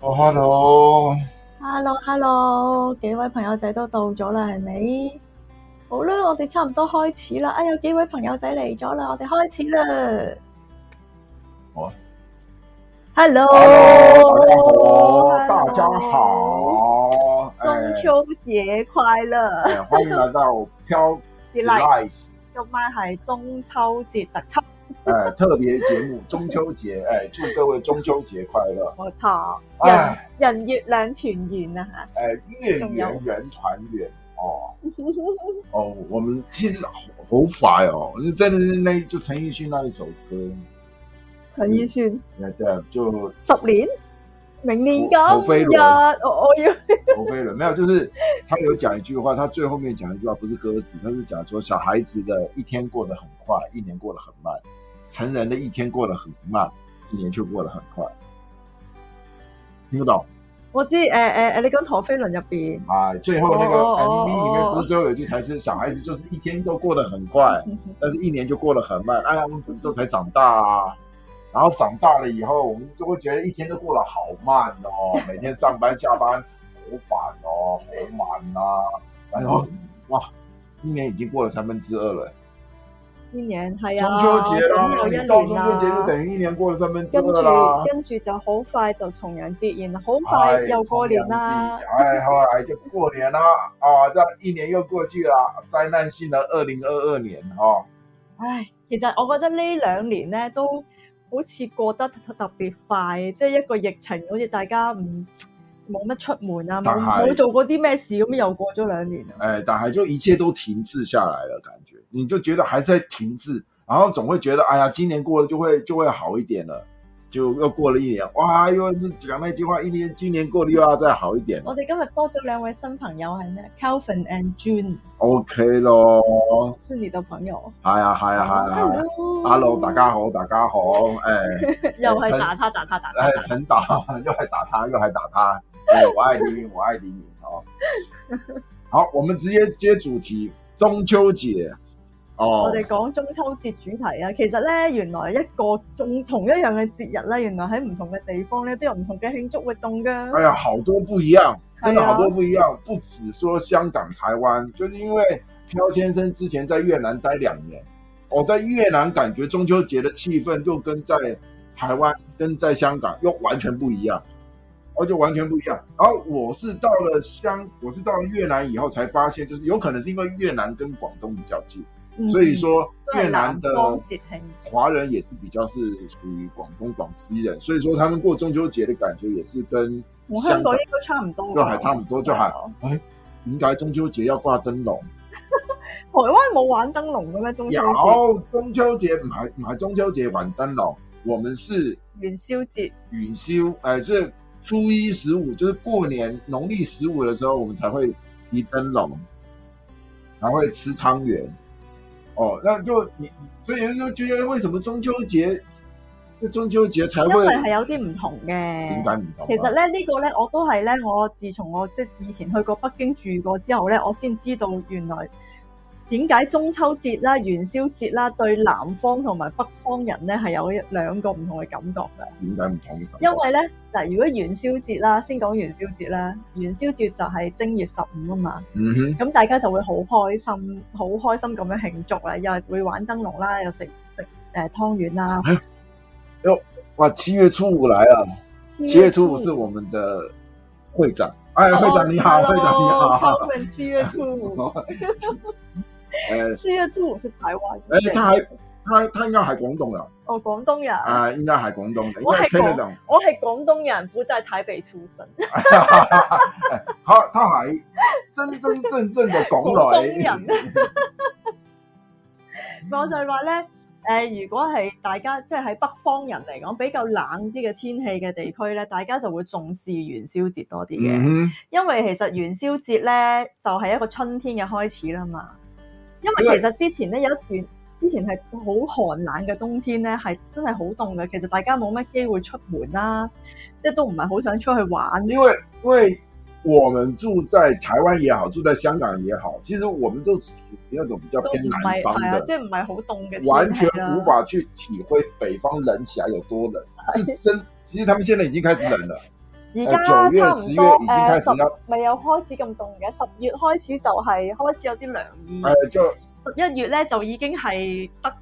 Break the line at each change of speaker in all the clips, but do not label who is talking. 哦，hello，
Hello，Hello，幾位朋友仔都到咗啦，係咪？好啦，我哋差唔多開始啦。啊，有幾位朋友仔嚟咗啦，我哋開始啦。
好啊
Hello，
Hello，大家好，大家，好，
中
哎，
秋節快樂。
哎歡迎來到飄
Delight，今晚係中秋節特輯，
哎特別節目中秋節，哎，祝各位中秋節快樂，
冇錯，人
哎
人月兩團 圓啊
哎，月
仲有
圓人團圓哦
嚇。
哦，我們其實好好快哦，在那那就陳奕迅那一首歌，
陳奕迅
那對就
十年，明年咁
侯侯飛
日，
輪
我我要。
侯飛了，沒有，就是他有講一句話，他最後面講一句話不是歌詞，他是講說小孩子的一天過得很快，一年過得很慢；成人的一天過得很慢，一年卻過得很快。聽不懂？
我知誒誒誒，你講陀飛輪入邊，
啊，最後那個
哦哦
MV 裡面不是最後有一句台詞，小孩子就是一天都過得很 快，但是一年就過得很慢。哎呀，我们什么时候才长大啊？然後長大了以後，我們就會覺得一天都過得好慢 哦，每天上班下班好煩哦，好慢啊。然後
嗯
哇，今年已經過了三分之二了，
一年係
中
啊，
秋節啦，
咁
你
又一
到中
年
秋節就
啦。
等於一年過了三分之
跟住
二啦。
跟住就好快就重陽節，然後好快又過哎年啦。
哎，後來就過年啦，啊，這樣一年又過去啦，災難性的二零二二年哦，
唉，其實我覺得呢兩年咧都好似過得特別快，即係一個疫情，好似大家唔冇乜出門啊，冇
但係
冇做過啲咩事咁，又過咗兩年啊啦。
哎，打開就一切都停滯下來了，感覺你就覺得還是在停滯，然後總會覺得，哎呀，今年過了就會就會好一點了，就又過了一年，哇，又是講那句話，一年今年過了又要再好一點了
我哋今日多咗兩位新朋友係咩？Calvin and June
，OK 咯，
是你的朋友。
係啊係啊係啊係啊，Hello 大家好大家好，哎。
又係打他打他打他
哎
打，他。
陳打， 又係打他，又係打他。哎，我愛黎明，我愛黎明哦。 好，我們直接接主題，中秋節。哦
我，哋講中秋節主題啊，其實咧原來一個仲同一樣嘅節日咧，原來喺唔同嘅地方咧都有唔同嘅慶祝活動
哎
噶。
呀，好多不一樣，真的
哎呀
好多不一樣，不止說香港、台灣，就是因為漂先生之前在越南待兩年，我、在越南感覺中秋節的氣氛就跟在台灣跟在香港又完全不一樣，而且完全不一樣。然後我是到了香，我是到了越南以後才發現，就是有可能是因為越南跟廣東比較近，
嗯
所以說
都
越
係
南
南
的
方節慶，
华人也是比較是屬於廣東廣西人，所以說他們過中秋節的感覺也是跟
同
香
香
港
港應該差唔多㗎。
就係差唔多，就係點解中秋節要掛燈籠？
台灣冇玩燈籠嘅咩？中秋節、
有中秋節唔係唔係中秋節玩燈籠，我們是
元宵節，
元宵，誒、呃，是初一十五，就是過年農曆十五的時候，我們才會提燈籠，才會吃湯圓。哦，那就你，所以就覺得為什麼中秋節，就中秋節才
因
會
為係有啲唔同
點
嘅。
解唔同啊？
其實咧呢個咧我都係咧，我自從我即係以前去過北京住過之後咧，我先知道原來點解中秋節啦、元宵節啦，對南方同埋北方人咧係有一兩個唔同嘅感覺嘅。
點解唔同嘅感覺？
因為咧嗱，如果元宵節啦，先講元宵節啦，元宵節就係正月十五啊嘛。
嗯哼，
咁大家就會好開心，好開心咁樣慶祝啦，又係會玩燈籠啦，又食食誒湯圓啊啦。
哇，七月初五來了，七月初五是
哦
我們的會長。哎，會長你好，會長你好。
Hello，Calvin，七月初五，
呃，
七月初五是台灣
而且
嘅，
哎他還他他應該係廣東人
我廣東哦人，
啊，應該係廣東人，應
啊我係
該聽得
廣
懂。
我係廣東人，不在台北出生，
好，他 係真真正正嘅
廣
港
東
女。
人。 我就係話咧，誒、如果係大家即係喺北方人嚟講比較冷啲嘅天氣嘅地區咧，大家就會重視元宵節多啲嘅。
嗯哼，
因為其實元宵節咧就係、一個春天嘅開始啦嘛。因
因
為
為
其實之前咧有一段，之前係好寒冷嘅冬天咧，係真係好凍嘅。其實大家冇乜機會出門啦，即係都唔係好想出去玩。
因為因為我們住在台灣也好，住在香港也好，其實我們都屬於那種比較
都
偏
唔
南
係
方
係啊，
的
即。係唔係好凍嘅
完全
天啊氣啦
無。法去體會北方冷起來有多冷，是真。其實他們現在已經開始冷了，
而
呃
家
九月
差
十
唔
月
多
已經開始
誒
啦
十未有開始咁凍嘅，十月開始就係開始有啲涼意，
呃就
十一月咧就已經係得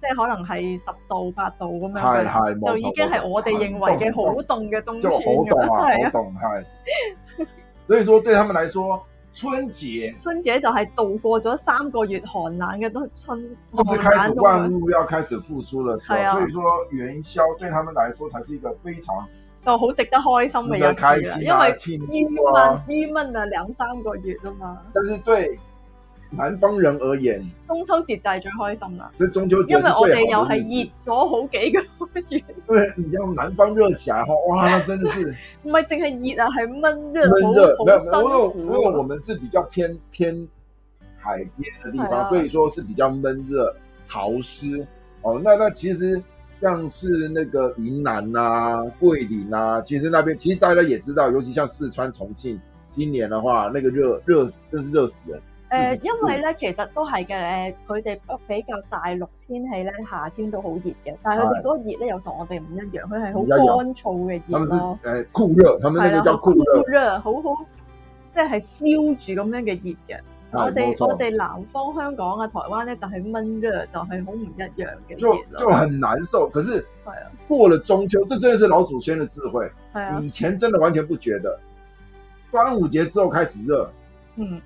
即係可能係十度八度咁樣
係
㗎啦，
係冇
就
錯
已經係
冇錯
我哋認為嘅好凍嘅冬
就
天
好
㗎
懂啊，
啦，係
好
啊，
懂嗨。所以说对他们来说，春节
春姐就係度過咗三個月寒冷嘅都春
就
寒
是开始
冷
万
咁樣
物要开始复苏的时候
是，啊
所以说元宵对他们来说才是一个非常
就好值得開心嘅
值得开
日子
心
啦，因
啊、
為
庆
鬱
祝啊。
悶鬱悶啊兩三個月啊嘛，
但是对南方人而言，
中秋節就係最開心啦。
这中秋
因
节
為
是
我哋
最
又
好的
係
日子。
熱咗好幾個月，
对，你要南方热起来哈，哇，那真的是
唔係淨係熱啊，係悶熱，
闷热。没有，没
好
有
好
因
辛
为因为我
苦。啊
们是比较偏偏海边的地
哎
方，
呀
所以说是比较闷热、潮湿。哦，那那其实像是那个云南呐、桂林呐、其实那边其实大家也知道，尤其像四川、重庆，今年的话，那个热热死真是热死人。
誒、呃因為咧，其實都係嘅。誒，佢哋比較大陸天氣咧，夏天都好熱嘅，但係佢哋嗰個熱咧又同我哋唔一樣，佢係
唔一樣
好乾燥嘅
他
熱
们是
咯，
呃酷热，他们那
係
个
啦，
叫
好
酷
酷
热。
熱，啊好好即係燒住咁樣嘅熱嘅。
哎
我哋
没错
哦我哋南方香港啊、台灣咧就係悶熱，就係好唔一樣嘅
就
熱
就
咯。
很难受。可是
係啊，
过了中秋，这真的是老祖先的智慧。
係啊，
以前真的完全不觉得，端午节之后开始热，
嗯，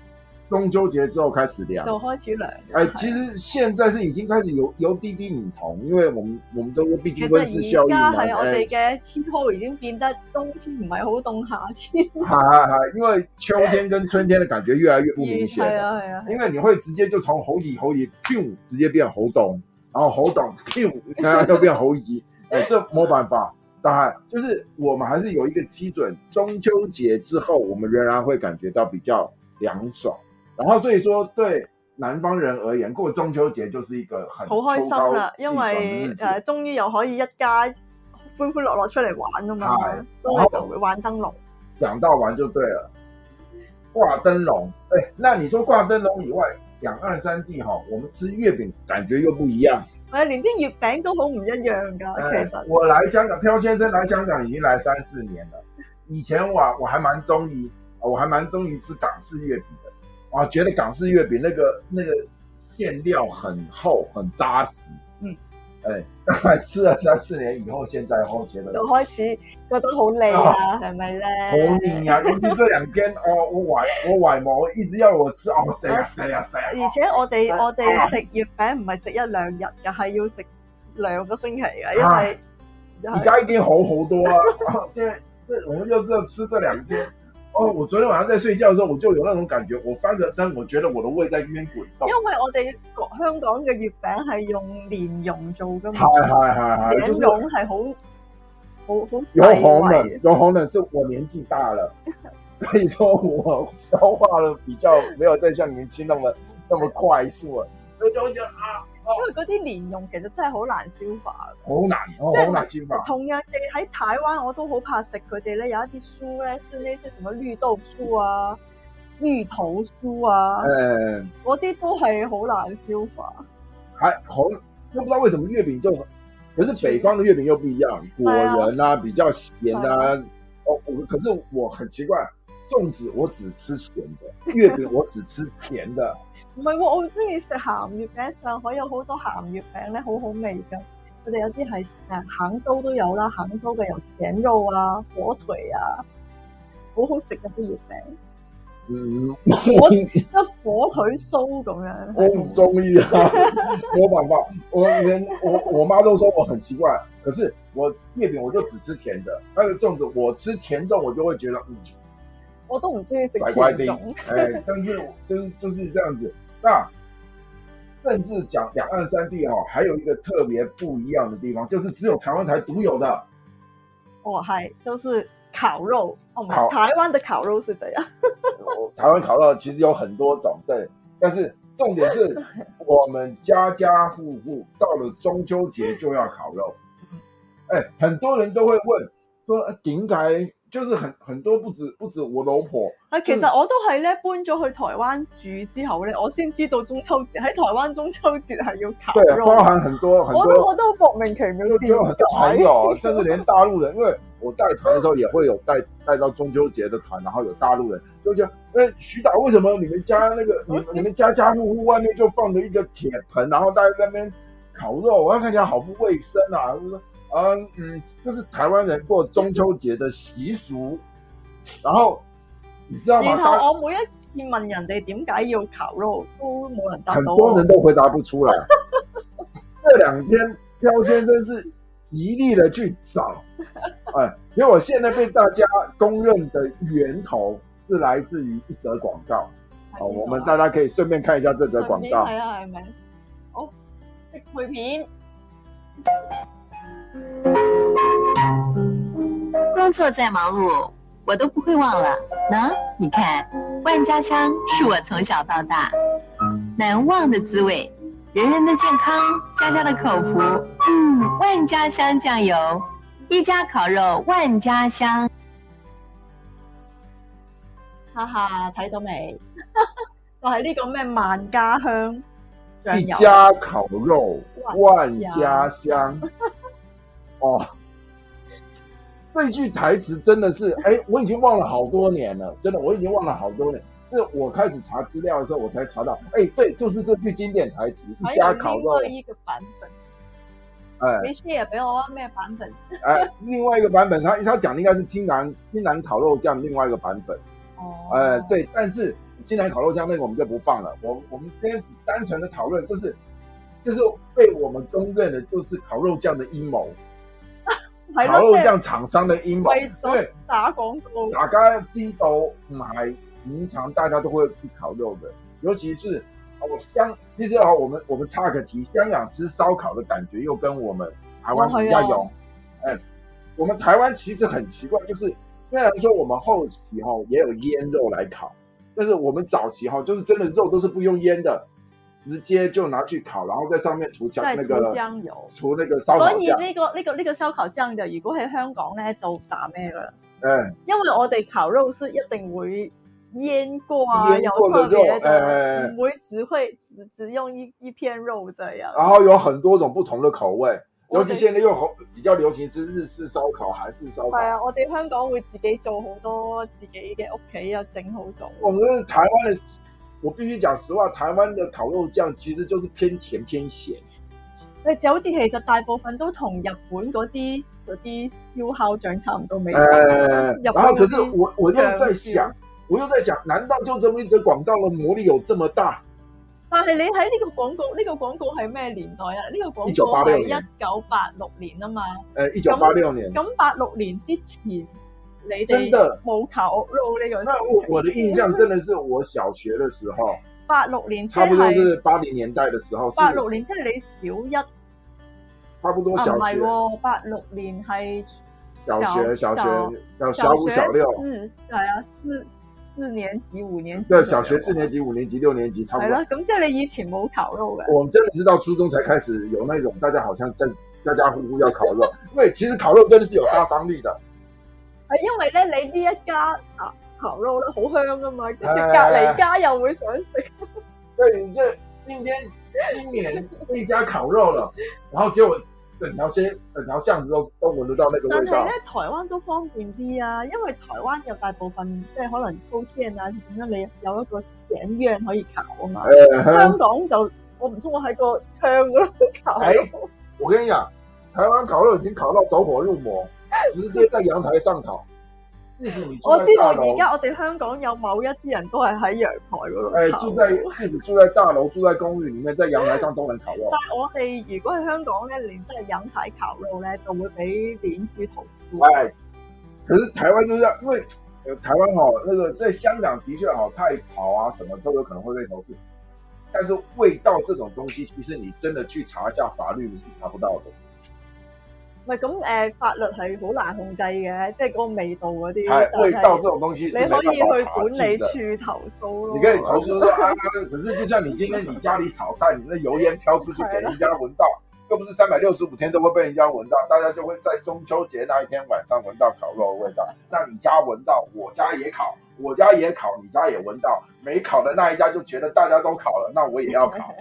中秋节之后开始凉。
就開始涼嘅。
哎，
係啊
其实现在是已经开始由由滴滴唔同，因为我们我们都是毕
其
竟
實
温室效
而
应
家
嘛，
係我
哎
哋，嘅氣候已經變得冬天唔係好凍，夏天
哈哈哈，哎因為秋天跟春天的感覺越來越不明顯
係
了，
啊係啊，
因為你會直接就從猴兒猴兒，咻直接變猴董，然後猴董，咻 然後又變猴姨，哎，這冇辦法。當然，就是我們還是有一個基準，中秋節之後，我們仍然會感覺到比較涼爽。然後所以說，對南方人而言，過中秋節就是一個很
好開心啦，
秋
因呃
高氣爽的
為
日子
誒終於又可以一家歡歡樂樂出嚟玩啊嘛
係，
所以就會玩燈籠。
講到完就對了。掛燈籠，哎、那你說掛燈籠以外，兩岸三地哈，我們吃月餅感覺又不一樣。
誒，連啲月餅都好唔一樣㗎，
哎
其實
我來香港，漂先生來香港已經來三四年了。以前我啊我還蠻中意，我還蠻中意吃港式月餅的，啊，覺得港式月餅那個那個餡料很厚，很扎實。
嗯，
哎、 當然吃了三四年以後，現在後覺得
就開始覺得好膩啦，係咪
好
咧？
腻啊！尤其這兩天哦，我外我外婆一直要我吃哦，塞呀塞呀塞呀
而！且我哋
啊
我哋食月餅唔係食一兩日㗎，係要食兩個星期㗎，因為
而家已經好好多啊，然后现在这我们就这吃這兩天。哦，我昨天晚上在睡覺的時候，我就有那種感覺，我翻個身，我覺得我的胃在那邊滾動
因。為我哋香港嘅月餅係用蓮蓉做㗎嘛。
係係係係，
整
就是
容係好好好
有紅
細
冷
微，
有紅冷是我年紀大了，所以說我消化了比較沒有再像年輕那麼那麼快速啊，所以就會覺得啊
因為嗰啲蓮蓉其實真係好難消化。
好難，哦好難消化。
同樣地喺台灣我都好怕食佢哋咧，有一啲酥咧，酸呢些什麼綠豆酥啊、芋頭酥啊，
嗯。
嗰啲都係好難消化。
还好，又不知道为什么月饼就，可是北方的月饼又不一样，果仁啊比较咸啊。哦，我可是我很奇怪，粽子我只吃咸的，月饼我只吃甜 的。
唔係喎，我中意食鹹月餅，上海有好多鹹月餅咧，好好味㗎。佢哋有啲係誒杭州都有啦，杭州嘅有鹼肉啊、火腿啊，好好食嘅啲月餅。
嗯，
我
我
一火腿酥咁樣，
我不中意啊，没有办法，我连我我妈都说我很奇怪，可是我月饼我就只吃甜的，那个粽子我吃甜粽我就会觉得嗯。
我都唔中意食
乖乖
甜
丁
粽。
哎，但是就是就是这样子。那甚至讲两岸三地哈、哦，还有一个特别不一样的地方，就是只有台湾才独有的
哦，係，就是烤肉。哦，唔
烤
係，台灣的烤肉是怎樣？
台湾烤肉，其实有很多种，对。但是重点 是我们家家户户到了中秋节就要烤肉。
嗯
哎，很多人都会问说，呃顶改就是很很多不止不止我老婆，
啊，其
嗯
實我都係咧搬咗去台灣住之後咧，我先知道中秋節喺台灣中秋節係要烤
啊对，包
肉。
含很多很
我
多
都覺得好莫名其妙
就就很
點
有，
解？
甚至连大陆人，因为我带团的时候也会有带带到中秋节的团，然后有大陆人就讲，哎、徐导为什么你们家那个你们你们家家户户外面就放着一个铁盆，然后大家在那边烤肉，我看起来好不卫生啊！我说，啊嗯，这是台湾人过中秋节的习俗，然后你知道吗？
然
大家
後我每一次問人哋點解要烤肉，都冇人答
很
到
多
我。
人都回答不出来。这两天刁先生是极力的去找，哎，因为我现在被大家公认的源头是来自于一则广告。好，
哎
我们大家可以顺便看一下这则广告。
係啊，係咪？好，即配片。
工作再忙碌，我都不会忘了。呢，你看，万家香是我从小到大难忘的滋味，人人的健康，家家的口福。嗯，万家香酱油，一家烤肉万家香。
哈哈，睇到未？ 就係呢個咩萬家香醬
一
油，
家烤肉万
万
家
家
香。哦，这句台词真的是，哎，我已经忘了好多年了，真的，我已经忘了好多年。是我开始查资料的时候，我才查到，哎，对，就是這句经典台词，一家烤肉
還有另外，一個版本，
哎
你 share 俾我啊？咩版本？
哎，另外一个版本，他他讲的应该是金兰金兰烤肉酱另外一个版本，
哦，
哎，，对，但是金兰烤肉酱那个我们就不放了，我我们今天只单纯的讨论，就是就是被我们公认的就是烤肉酱的阴谋。
係
烤肉
咯，即係
醬廠商的陰謀，
為
因
咗
為
打廣告。
大家知道買平常大家都會去烤肉的，尤其是哦香，其實哦我們我們岔個題，香港吃燒烤的感覺又跟我們台
哦
灣
係啊
比較有，哎，我們台灣其實很奇怪，就是虽然說我們後期哦也有醃肉來烤，但是我們早期哦就是真的肉都是不用醃的，直接就拿去烤，然後在上面塗
即
香
係
那
塗
個
醬油，
塗那個燒
所
烤
以
醬，
呢、個呢、個呢、個燒烤醬就如果喺香港咧就打咩噶啦，
哎。
因為我哋烤肉是一定會醃過啊，有
腌过的
特
肉，
別
哎哎
的，
哎
唔會只會只只用一一片肉這樣。
然后有很多种不同的口味，
我
啊尤
哋
其现在又红比较流行吃日式烧烤、韩式烧烤
係。啊，我哋香港會自己做好多自己嘅屋企又整好做。
我们台湾的，我必须讲实话，台湾的烤肉酱其实就是偏甜偏咸，
喂，就好似其實大部分都同日本嗰啲嗰啲燒烤醬差唔多味道。
呃，
日本
然后可
有
是
啲
我我又在
酱
想，我又在想，难道就这么一则广告的魔力有这么大？
但係你喺呢個廣告，呢、個廣告係咩年代啊？呢、個廣
1986
告係
年
一九八六年啊嘛。
呃，一九八六年，
咁八六年之前，你
真
哋
的，
冇烤肉呢個？
那我我的印象真的是我小学的时候，
八六年即
差不多
係
是八零年代的时候，是
八六年，即係你小一啊？
差不
唔
多小
係
学、
喎，八六年係
小学、小
小
学、小小五、小六。
四係啊，四四年級、五年級左
这
右啊。
小学四年级、五年级、六年级差不
係
多
啦。，咁即係你以前冇烤肉嘅。
我们真的是到初中才开始有那种大家好像在家家户户要烤肉，因为其实烤肉真的是有杀伤力的。
係因為咧，你呢一家啊牛肉咧好香噶啊嘛，跟住
係
隔離家又會想食，
对，你这今天今年那家烤肉了，然后结果整条街、整条巷子都都闻得到那个
但
味
係
道
咧。台灣都方便啲啊，因為台灣有大部分即係可能高天啊點樣，你有一個井樣可以烤啊嘛。
呃，哼
香港就我唔通我喺個窗嗰度烤，
哎 我跟你讲，台湾烤肉已经烤到走火入魔，直接在阳台上烤。即使你住
我
在
知道
大
而
楼，
家我哋香港有某一啲人都係喺陽台嗰度
哎，
烤
住在即使住在大楼、住在公寓里面，在阳台上都能烤肉。
但係我哋如果喺香港咧，連真係引體烤肉咧，就會俾鏈豬屠夫。
哎，可是台湾就是这样因为呃台湾哈、那个在香港的确哈、太吵啊，什么都有可能会被投诉。但是味道这种东西，其实你真的去查一下法律，你是查不到的。
唔係咁誒，法律係好難控制嘅，即係嗰個味道嗰啲。
哎，
但係
味道这种东西
你
是没办
可以去
法查
管
禁的。
理處投訴咯。
你可以投诉说啊，可是就像你今天你家里炒菜，你那油烟飘出去给人家闻到，又不是三百六十五天都会被人家闻到，大家就会在中秋节那一天晚上闻到烤肉的味道。那你家闻到，我家也烤，我家也烤，你家也闻到，没烤的那一家就觉得大家都烤了，那我也要烤，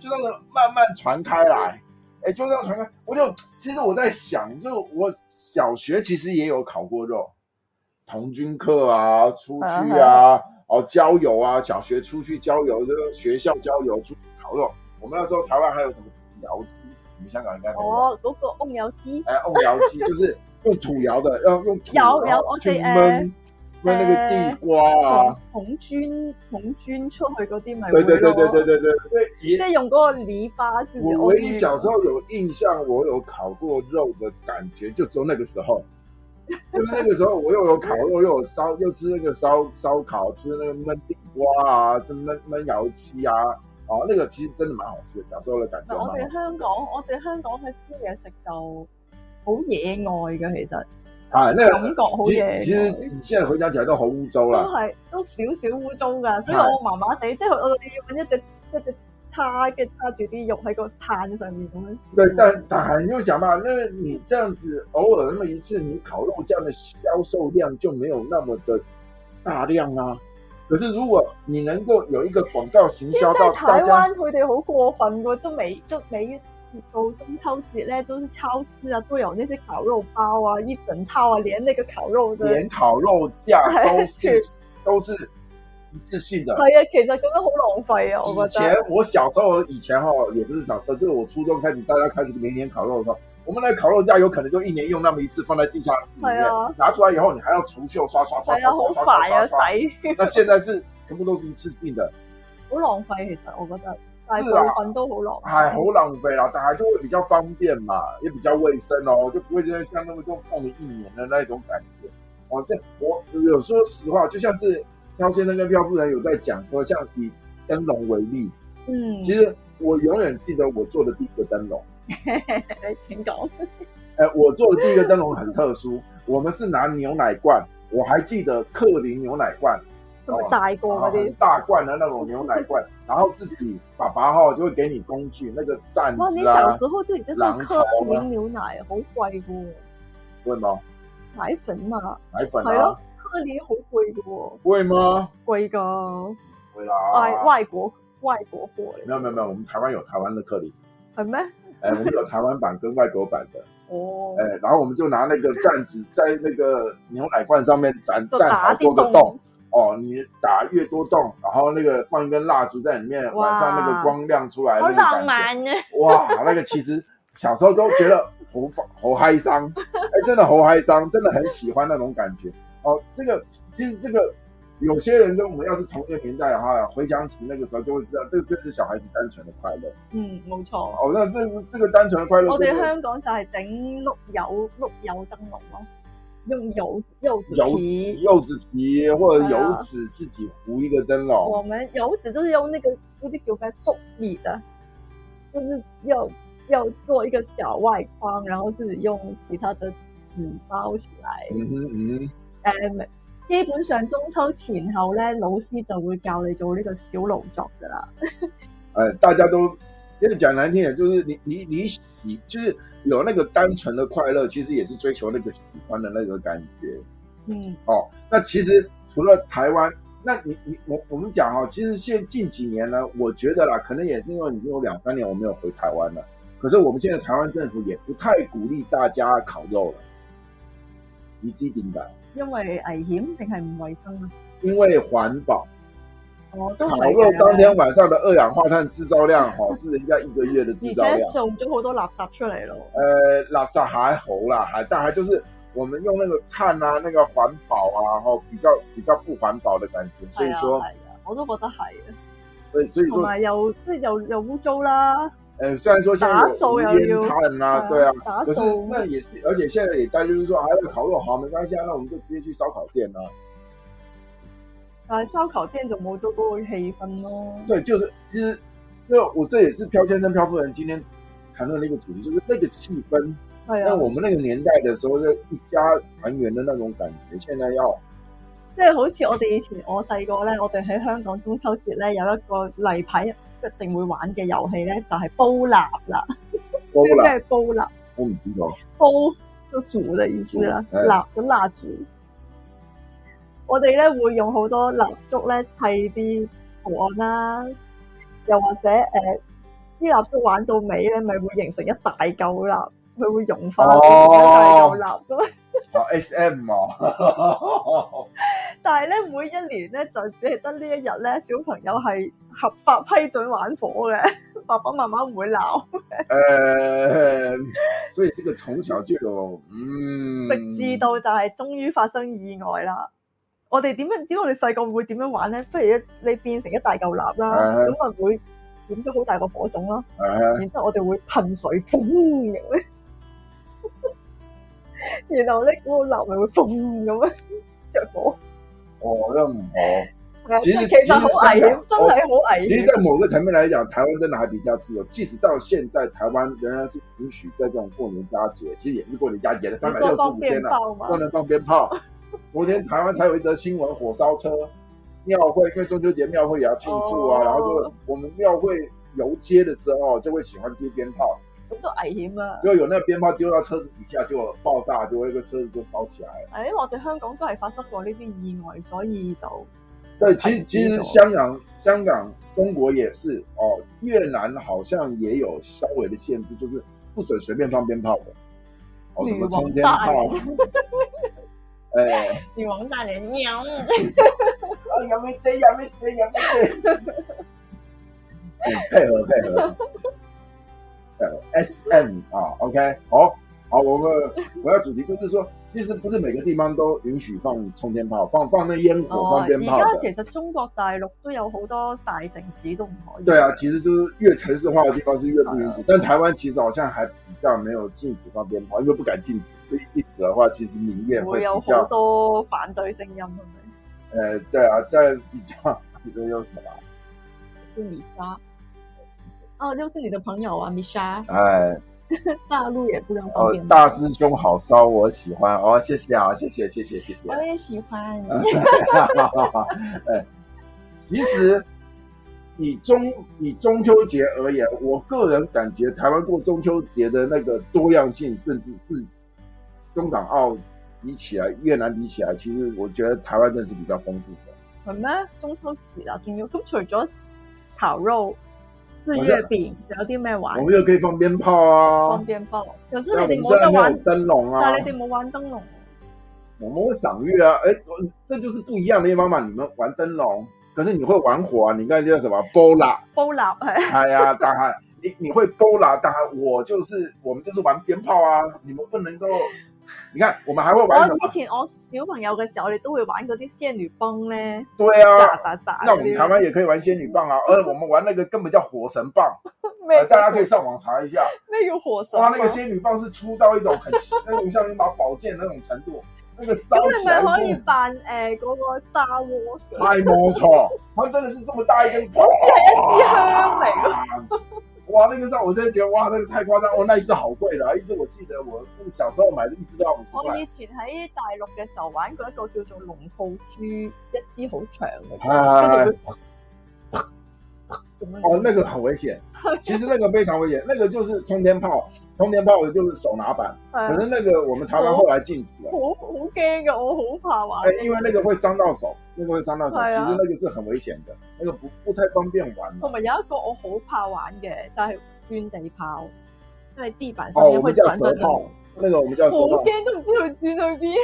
就这样慢慢传开来。哎，就这样传开，我就其实我在想，就我小学其实也有烤过肉，童军课啊，出去啊，哦，郊游啊，小学出去郊游，就是学校郊游出去烤肉。我们那时候台湾还有什么窑鸡，你们香港应该没有。
哦，嗰個翁有枝，
哎，瓮窑鸡就是用土窑的，要用土
有有
然后
我哋
去焖
呃
焖那个地瓜啊，
孔磚孔磚出去嗰啲咪
对对
會
对
咯
对对对对对，
即
也
係用嗰個篱笆字。
我唯一小時候有印象，我有烤过肉的感觉，就只有那个时候，就是那个时候我又有烤肉，又有烧，又吃那个烧烧烤，吃那个焖地瓜啊，吃焖焖窑鸡啊，哦，那个其实真的蛮好吃的，小时候的感觉
我
蛮
哋
好
香
吃的
港，我哋香港喺宵夜食就好野外嘅，其實
啊，那
感
个
覺好
其
野
實其实
外。
你现在回想起来都好污糟
都
啦。
係都少少污糟㗎，所以
係
我麻麻地，即係我哋要揾一隻一隻叉嘅叉住啲肉喺個炭上面咁樣燒。
对，但但你就想嘛，那你这样子偶尔那么一次，你烤肉酱的销售量就没有那么的大量啊。可是如果你能够有一个广告行
即
销
係
到
台
大家，
灣佢哋好過分喎，都美都美到中秋節咧，都是超市啊都有那些烤肉包啊，一整套啊，連那個烤肉嘅
连烤肉酱都
对
是都是一致性的。
係啊，其實咁樣好浪費啊，我
以
覺得
前我小时候，以前哈也不是小时候，就是我初中开始，大家开始年年烤肉的时候，我们那个烤肉架有可能就一年用那么一次，放在地下室里面
係，啊，
拿出来以后你还要除锈刷刷刷
係
刷
啊，好
刷刷
煩啊，
刷刷。
洗
那現在是全部都是一次性的，
好浪費，其實我覺得大
是啊
部分都好浪
係
費。
好浪費啦，但係就會比較方便嘛，也比較衛生哦，就不會覺得像那麼多放了一年的那種感覺。哦，这我有说實話，就像是漂先生跟漂夫人有在講說，像以燈籠為例，
嗯，
其實我永遠記得我做的第一個燈籠，
你點講？
哎、我做的第一個燈籠很特殊，我們是拿牛奶罐，我還記得克林牛奶罐。
係咪大個
啊
嗰
很
啲？
大罐的那种牛奶罐，然后自己爸爸哈就会给你工具，那个站
哦哇！你
子
小
啊，
時候就已經
榔
喝
頭啊
科林牛奶，好貴嘅喎，
会吗？
奶粉嘛，
奶粉
係
啊
咯，，科林好貴嘅喎，
会吗？
貴㗎，
会啦。
外外國外國貨嚟
没有没有没有，我们台湾有台湾的克林，
係咩？
哎，我们有台湾版跟外国版的，
哦，
哎，然后我们就拿那个站子在那个牛奶罐上面站
就
站好
打
多
啲
个洞
洞，
哦，你打越多洞，然后那个放一根蜡烛在里面，
哇
晚上那个光亮出来，
好
那个感
浪
觉
漫啊嘅，
哇，那个其实小时候都觉得好放好嗨桑，哎、真的好嗨桑，真的很喜欢那种感觉。哦，这个其实这个有些人跟我们要是同一个年代的话，回想起那个时候就会知道，这个真是小孩子单纯的快乐。
嗯，冇錯。
哦，那这这个单纯的快乐、
我
就是，
哋香港就係整碌柚碌柚燈籠咯，用柚柚子
柚子
皮。
柚子皮或者
哎呀
柚子自己糊一个灯
我
笼，
们柚子就是用那个那个叫咩粟米的，就是要要做一个小外框，然后自己用其他的纸包起来。
嗯哼嗯
诶、基本上中秋前後咧，老師就會教你做呢個小勞作噶啦。
哼，哎，大家都就是讲难听点，就是你你你喜就是有那个单纯的快乐，其实也是追求那个喜欢的那个感觉。
嗯，
哦，那其实除了台湾，那你你我我们讲哦，其实现近几年呢，我觉得啦，可能也是因为已经有两三年我没有回台湾了。可是我们现在台湾政府也不太鼓励大家烤肉了，你知点解？
因為危險定係唔衞生啊？
因为环保，
我都
烤
唔係
肉当
嘅，
天晚上的二氧化碳制造量，哦，是人家一个月的制造
而且
量。
做咗好多垃圾出嚟咯。
呃，垃圾还好啦，还但还就是我们用那个碳啊，那个环保啊，然后比较比较不环保的感觉，所以
係啊
说，
係啊，我都覺得係，
所以所以
同
说
埋又即係又又污糟啦，
呃，虽然说现在
打
有
扫要
无烟炭啊，对啊，，
打
可是
掃。
那也是，而且现在也大家就是说，还要烤肉，好，没关系啊，那我们就直接去烧烤店啊。
但係燒烤店就冇咗嗰個氣氛咯。
对，就是其实，那我这也是飘先生、飘夫人今天谈论的一个主题，就是那个气氛。
係
那
啊，
我们那个年代的时候，就一家团圆的那种感觉，现在要
即係好似我哋以前我細個咧，我哋喺香港中秋節咧有一個例牌一定會玩嘅遊戲咧，就係、煲蠟啦。
包
即係
了，
咩煲蠟？
我们知道，
煲都煮嘅意思啦，
嗯
蠟就蠟燭。我哋咧會用好多蠟燭咧砌啲圖案啦，呃又或者誒啲、蠟燭玩到尾咧，咪會形成一大嚿蠟佢會融化，
哦
佢有立咁。
啊 S M 哦，
但係咧，每一年咧就只係得呢一日咧，小朋友係合法批准玩火嘅， 爸爸媽媽唔會鬧。
呃，所以这个从小就有，嗯，
直至到就係終於發生意外啦。我哋點樣？點解我哋細個會點樣玩咧？不如一你變成一大嚿蠟啦，
係
咁咪會點咗好大個火種啦。
呃
然之後我哋會噴水，風咁樣。然後咧，嗰個蠟咪會風咁樣着火。
我认为。
係啊
其
其
實
實好危險，
其實
真係好危
其实，
險。
在某个层面来讲，台湾真的还比较自由。即使到现在，台湾仍然是允许在这种过年佳节，其实也是过年佳节的三
你
百六十
說放
五天
鞭
了、
炮嘛
不？能放鞭炮。昨天台湾才有一则新闻，火烧车庙会，因为中秋节庙会也要庆祝啊。
哦
然后说我们庙会游街的时候就会喜欢丢鞭炮，
咁都危險啊！
就有那个鞭炮丢到车子底下就爆炸，就会一个车子就烧起来了。
係因為我哋香港都係發生過呢啲意外，所以就
对，其实
哎
其
那
实
种
香港、香港、中国也是哦，越南好像也有稍微的限制，就是不准随便放鞭炮的，哦，什么冲天炮， 哎，
女王大人喵。
啊，有没得，有没得，有没得， 哎配合配 合，配合 S M 啊，OK，好，好，我们我要主题就是说，其实不是每个地方都允许放冲天炮，放放那烟火，
哦，
放
而
鞭炮的。
家其實中國大陸都有好多大城市都唔可以。
对啊，其实就是越城市化的地方是越不允
哎
许，但台湾其实好像还比较没有禁止放鞭炮，因为不敢禁止，所以禁止的话，其实民怨会
會有
比
好
较，
多反對聲音咁樣。
呃，对啊，在比较，你说有什么？
是米莎，哦，就是你的朋友啊，米莎，
哎，
大陆也不让放
哦
鞭，炮。
大师兄好骚，我喜欢哦，谢谢啊，谢谢，谢谢，谢谢，
我也喜欢。
哈哈哈哈， 哎，其实。以中以中秋节而言，我个人感觉台湾过中秋节的那个多样性，甚至是中港澳比起来，越南比起来，其实我觉得台湾真的是比较丰富的。
係咩？中秋節啊，仲要咁除咗烤肉、四月餅，仲有啲咩玩
我？们又可以放鞭炮啊
放，鞭炮，頭先
那我
哎你
们
哋
虽
冇得
然没有
玩，
灯笼啊
但，係你哋冇玩燈籠。
我们会赏月啊，哎，我这就是不一样的地方嘛。你们玩灯笼，可是你会玩火啊，你刚才叫什么？波啦。
煲蠟係
哎呀，大汉，你你会勾啦，大汉，我就是我们就是玩鞭炮啊，你们不能够，你看我们还会玩什
我以
么？
前我小朋友嘅時候，我哋都會玩嗰啲仙女棒咧，
对啊
炸，炸炸
那我
嗰
们
啲
台湾也可以玩仙女棒啊，呃，我们玩那个根本叫火神棒，
咩
呃大家可以上网查一下，
咩叫火神
哇，
棒？
那个仙女棒是出到一种很那种像一把宝剑那种程度，那个烧
咁你
起
咪
来
可以
不，
扮誒嗰個 Star Wars 嗰啲
太没错，它真的是这么大一根，
係一支香嚟㗎。
哇，那个让我真的觉得哇，那个太夸张哦，那一只好贵的，一只我记得我小时候买的一只都要五十
我
块。
以前喺大陸嘅時候玩過一個叫做龍套珠，一支好長嘅，
哎
跟住會咁樣
哦，那个很危 险，其实那个非常危险，那个就是冲天炮，冲天炮就是手拿板，
係
可是那个我们台湾后来禁止了，
好好驚㗎，我好怕玩
哎。，因为那个会伤到手，那个会伤到手，
哎
其
呀
实那个是很危险的，那个不不太方便玩的
同。埋有一個我好怕玩嘅，就係轉地炮，即係地板上
哦，我
面會
们叫
轉
蛇
上
炮
去，，
那哦个我们叫
好
蛇炮，
驚都唔知佢轉去邊。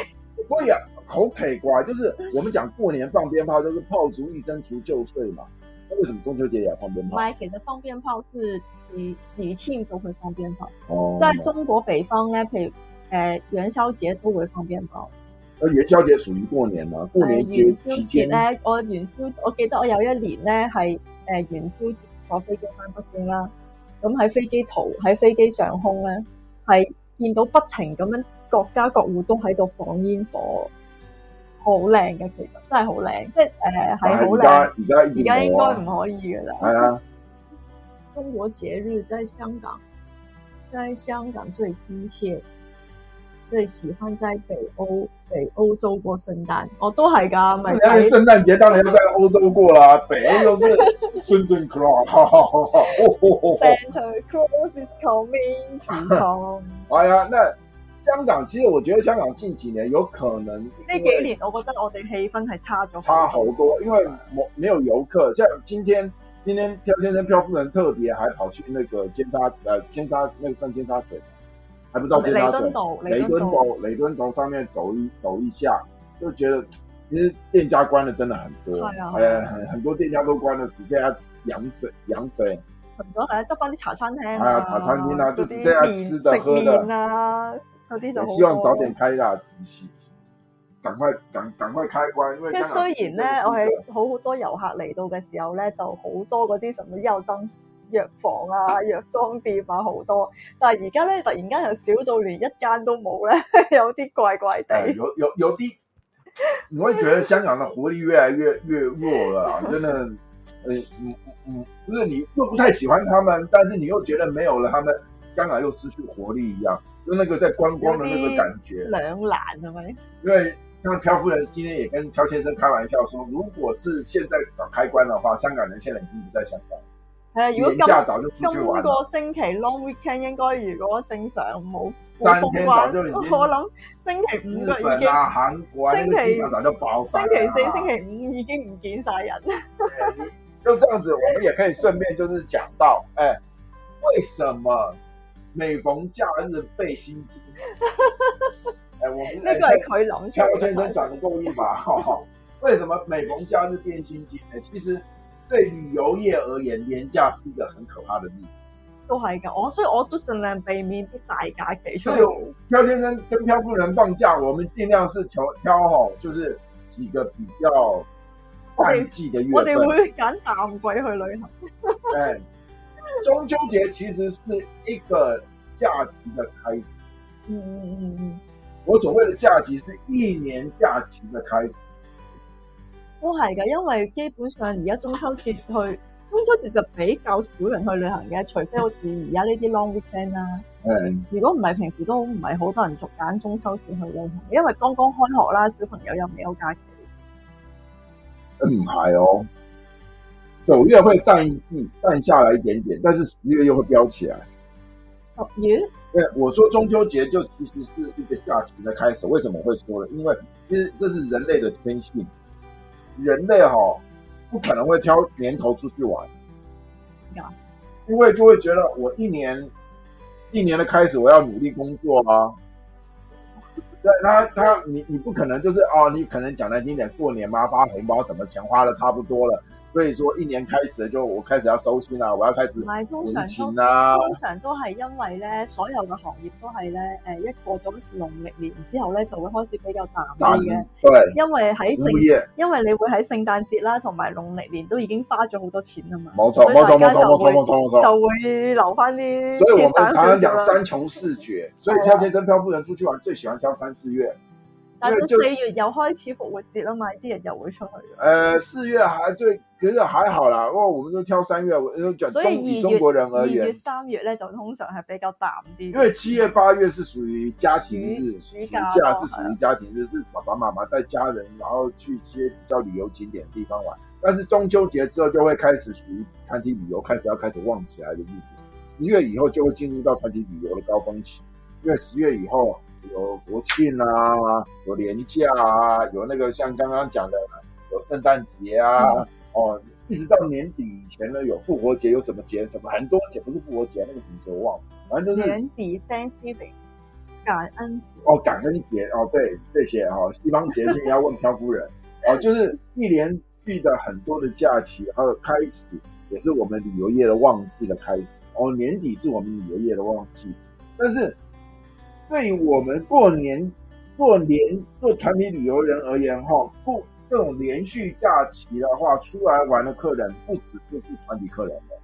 所以啊，好可怪，就是我们讲过年放鞭炮，就是炮竹一声除旧岁嘛，那为什么中秋节也要放鞭
唔
炮？
係，其實放鞭炮是時時遷到佢放鞭炮，
哦
即，係中國北方咧，譬如誒元宵節都會放鞭炮。
那元宵节属于过年嘛，过年
誒
节
呃元宵
期
節
间，啊
咧，我元宵，我記得我有一年咧係誒元宵節坐飛機翻北京啦，咁喺飛機途喺飛機上空咧係見到不停咁樣各家各戶都喺度放煙火，好靚嘅其實真係好靚，即係誒係好
而家
靚。
而家
而
一
家
定
應
有
該
啊，
唔可以噶啦。
哎呀。
中國節日在香港，在香港最親切，最喜歡在北歐北歐洲過聖誕。我哦都係㗎，咪
那
睇
圣诞节当然要在欧洲过啦，北欧又是顺顿 c r o 哈哈哈哈！哦吼吼吼
Santa Claus is coming to town。
哎呀，那香港其实我觉得香港近几年有可能
呢幾年我覺得我哋氣氛係差咗，
差好多，因为没没有游客，像今天今天漂先生漂夫人特别还跑去那个尖沙呃尖沙那个算尖沙咀吗，还不到尖沙
彌
咀
敦，道，
雷
彌
敦
敦
道，雷敦道上面走一走一下，就觉得其实店家关的真的很多，
哎呀
哎，很很多店家都关了，只剩下洋水、洋水，
除咗係得翻啲茶餐廳
哎呀茶餐廳啊
嗰
都
啲
只係
麵
吃的
食
喝的
麵啊，嗰啲就
也
好
哎希望
多
早點開啦，赶快赶赶快开关，因为
即
香
係
港
雖然咧，我係好好多遊客嚟到嘅時候咧，就好多嗰啲什麼優增藥 房啊、藥妝店啊好多，但係而家咧突然間又少到連一間都冇咧， 有啲怪怪
哎
地。
有有有的，你会觉得香港的活力越来越越弱了啦，真的，呃嗯嗯，就是你又不太喜欢他们，但是你又觉得没有了他们，香港又失去活力一样，就那个在观光的那个感觉。
兩難係咪？
因为像漂夫人今天也跟漂先生开玩笑说，如果是现在早开关的话，香港人现在已经不在香港，
係啊，如果
年
今
假早就出去
今
玩了。
個星期 long weekend 應該如果正常冇
三
冇封
天
關，
早就已經
我諗星期
日
五就已
本
經
啊、韩国啊，那个机场早就爆
星
满了
期
啊。
四、星期五已經唔見晒人。
就这样子，我们也可以顺便就是讲到，哎、为什么每逢假日背心 机？哎、我们
呢個係佢諗出
乔
嚟
先生
嘅。
讲的够硬吧？哈、哈。为什么每逢假日变心机呢？其实对旅游业而言，年假是一个很可怕的日子。
都係㗎，我所以我都盡量避免啲大假期出
所
去
以。漂先生跟漂夫人放假，我们尽量是求挑哦，就是几个比较淡季的月
我哋
份。
會揀淡季去旅行，
哎，中秋节其实是一个假期的开始。
嗯嗯嗯嗯，
我所谓的假期是一年假期的开始。
都係㗎，因為基本上而家中秋節去，中秋節就比較少人去旅行嘅，除非好似而家呢啲 long weekend 啦。
哎，
如果唔係，平時都唔係好多人續揀中秋節去旅行，因為剛剛開學啦，小朋友又未有假期。
嗯，还哦，九月会淡一季，淡下来一点点，但是十月又会飙起来。
十月
对，我说中秋节就其实是一个假期的开始。为什么会说呢？因为其实这是人类的天性，人类哈、不可能会挑年头出去玩
呀，
因为就会觉得我一年一年的开始我要努力工作啊。对他，他你你不可能就是哦，你可能讲难听点，过年嘛发红包什么钱花的差不多了，所以说一年开始就我开始要收心啊啦，我要开始啊
唔係通
文
常都
情啦、
通常都係因為咧，所有嘅行業都係咧，誒一過咗農曆年之後咧，就會開始比較淡
淡
啲嘅，
对
因為喺
服务
聖，
业。
因為你會喺聖誕節啦，同埋農曆年都已經花咗好多錢啊嘛，
冇錯，冇錯，
所以
冇錯，冇
大家就
錯，
會
冇錯，冇錯。
就會留翻啲。
所以我們常常
節省少
講
少啦
三窮四絕，所以漂先生、漂夫人出去玩最喜歡挑三四月。
但
因
到
為就
四月又開始復活節啦嘛，啲人又會出去啦。
呃，四月還對，可是還好啦。因為我們就挑三月，我就講
所以
中
二
以
月
中國人而
二月、
言，
三月咧就通常係比較淡啲
因。為七月、八月是屬於家庭日，
暑
暑
暑假
假是屬於家庭日，是爸爸媽媽帶家人，然後去一些比較旅遊景點的地方玩。但是中秋節之後就會開始屬於團體旅遊開始要開始旺起來的日子，十月以後就會進入到团体旅游的高峰期，因为十月以后有国庆啊，有年假啊，有那个像刚刚讲的有圣诞节啊，哦，一直到年底以前呢，有复活节，有什么节什么，很多节不是复活节，那个什么节我忘了，反正就是
年底 Thanksgiving 感恩
哦感恩节哦，对这些哦，西方节庆要问漂夫人哦，就是一连续的很多的假期，还有开始也是我们旅游业的旺季的开始哦，年底是我们旅游业的旺季，但是对于我们过年过年做团体旅游人而言哈、哦，过这种连续假期的话，出来玩的客人不只就是团体客人了，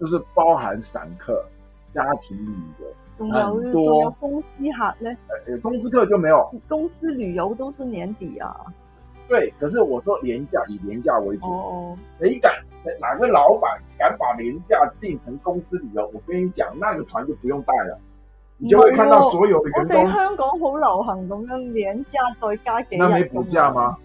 就是包含散客、家庭旅游。
仲有
很多
仲有公司客咧，
呃，公司客就没有，
公司旅遊都是年底啊。
对，可是我说廉价以廉价为主，
哦，
谁敢谁哪个老板敢把廉价进成公司旅游？我跟你讲，那个团就不用带了，你就会看到所有的
我
员
哋
工。
香港好流行咁樣年假再加幾日
那没
咁
补
樣
假？吗？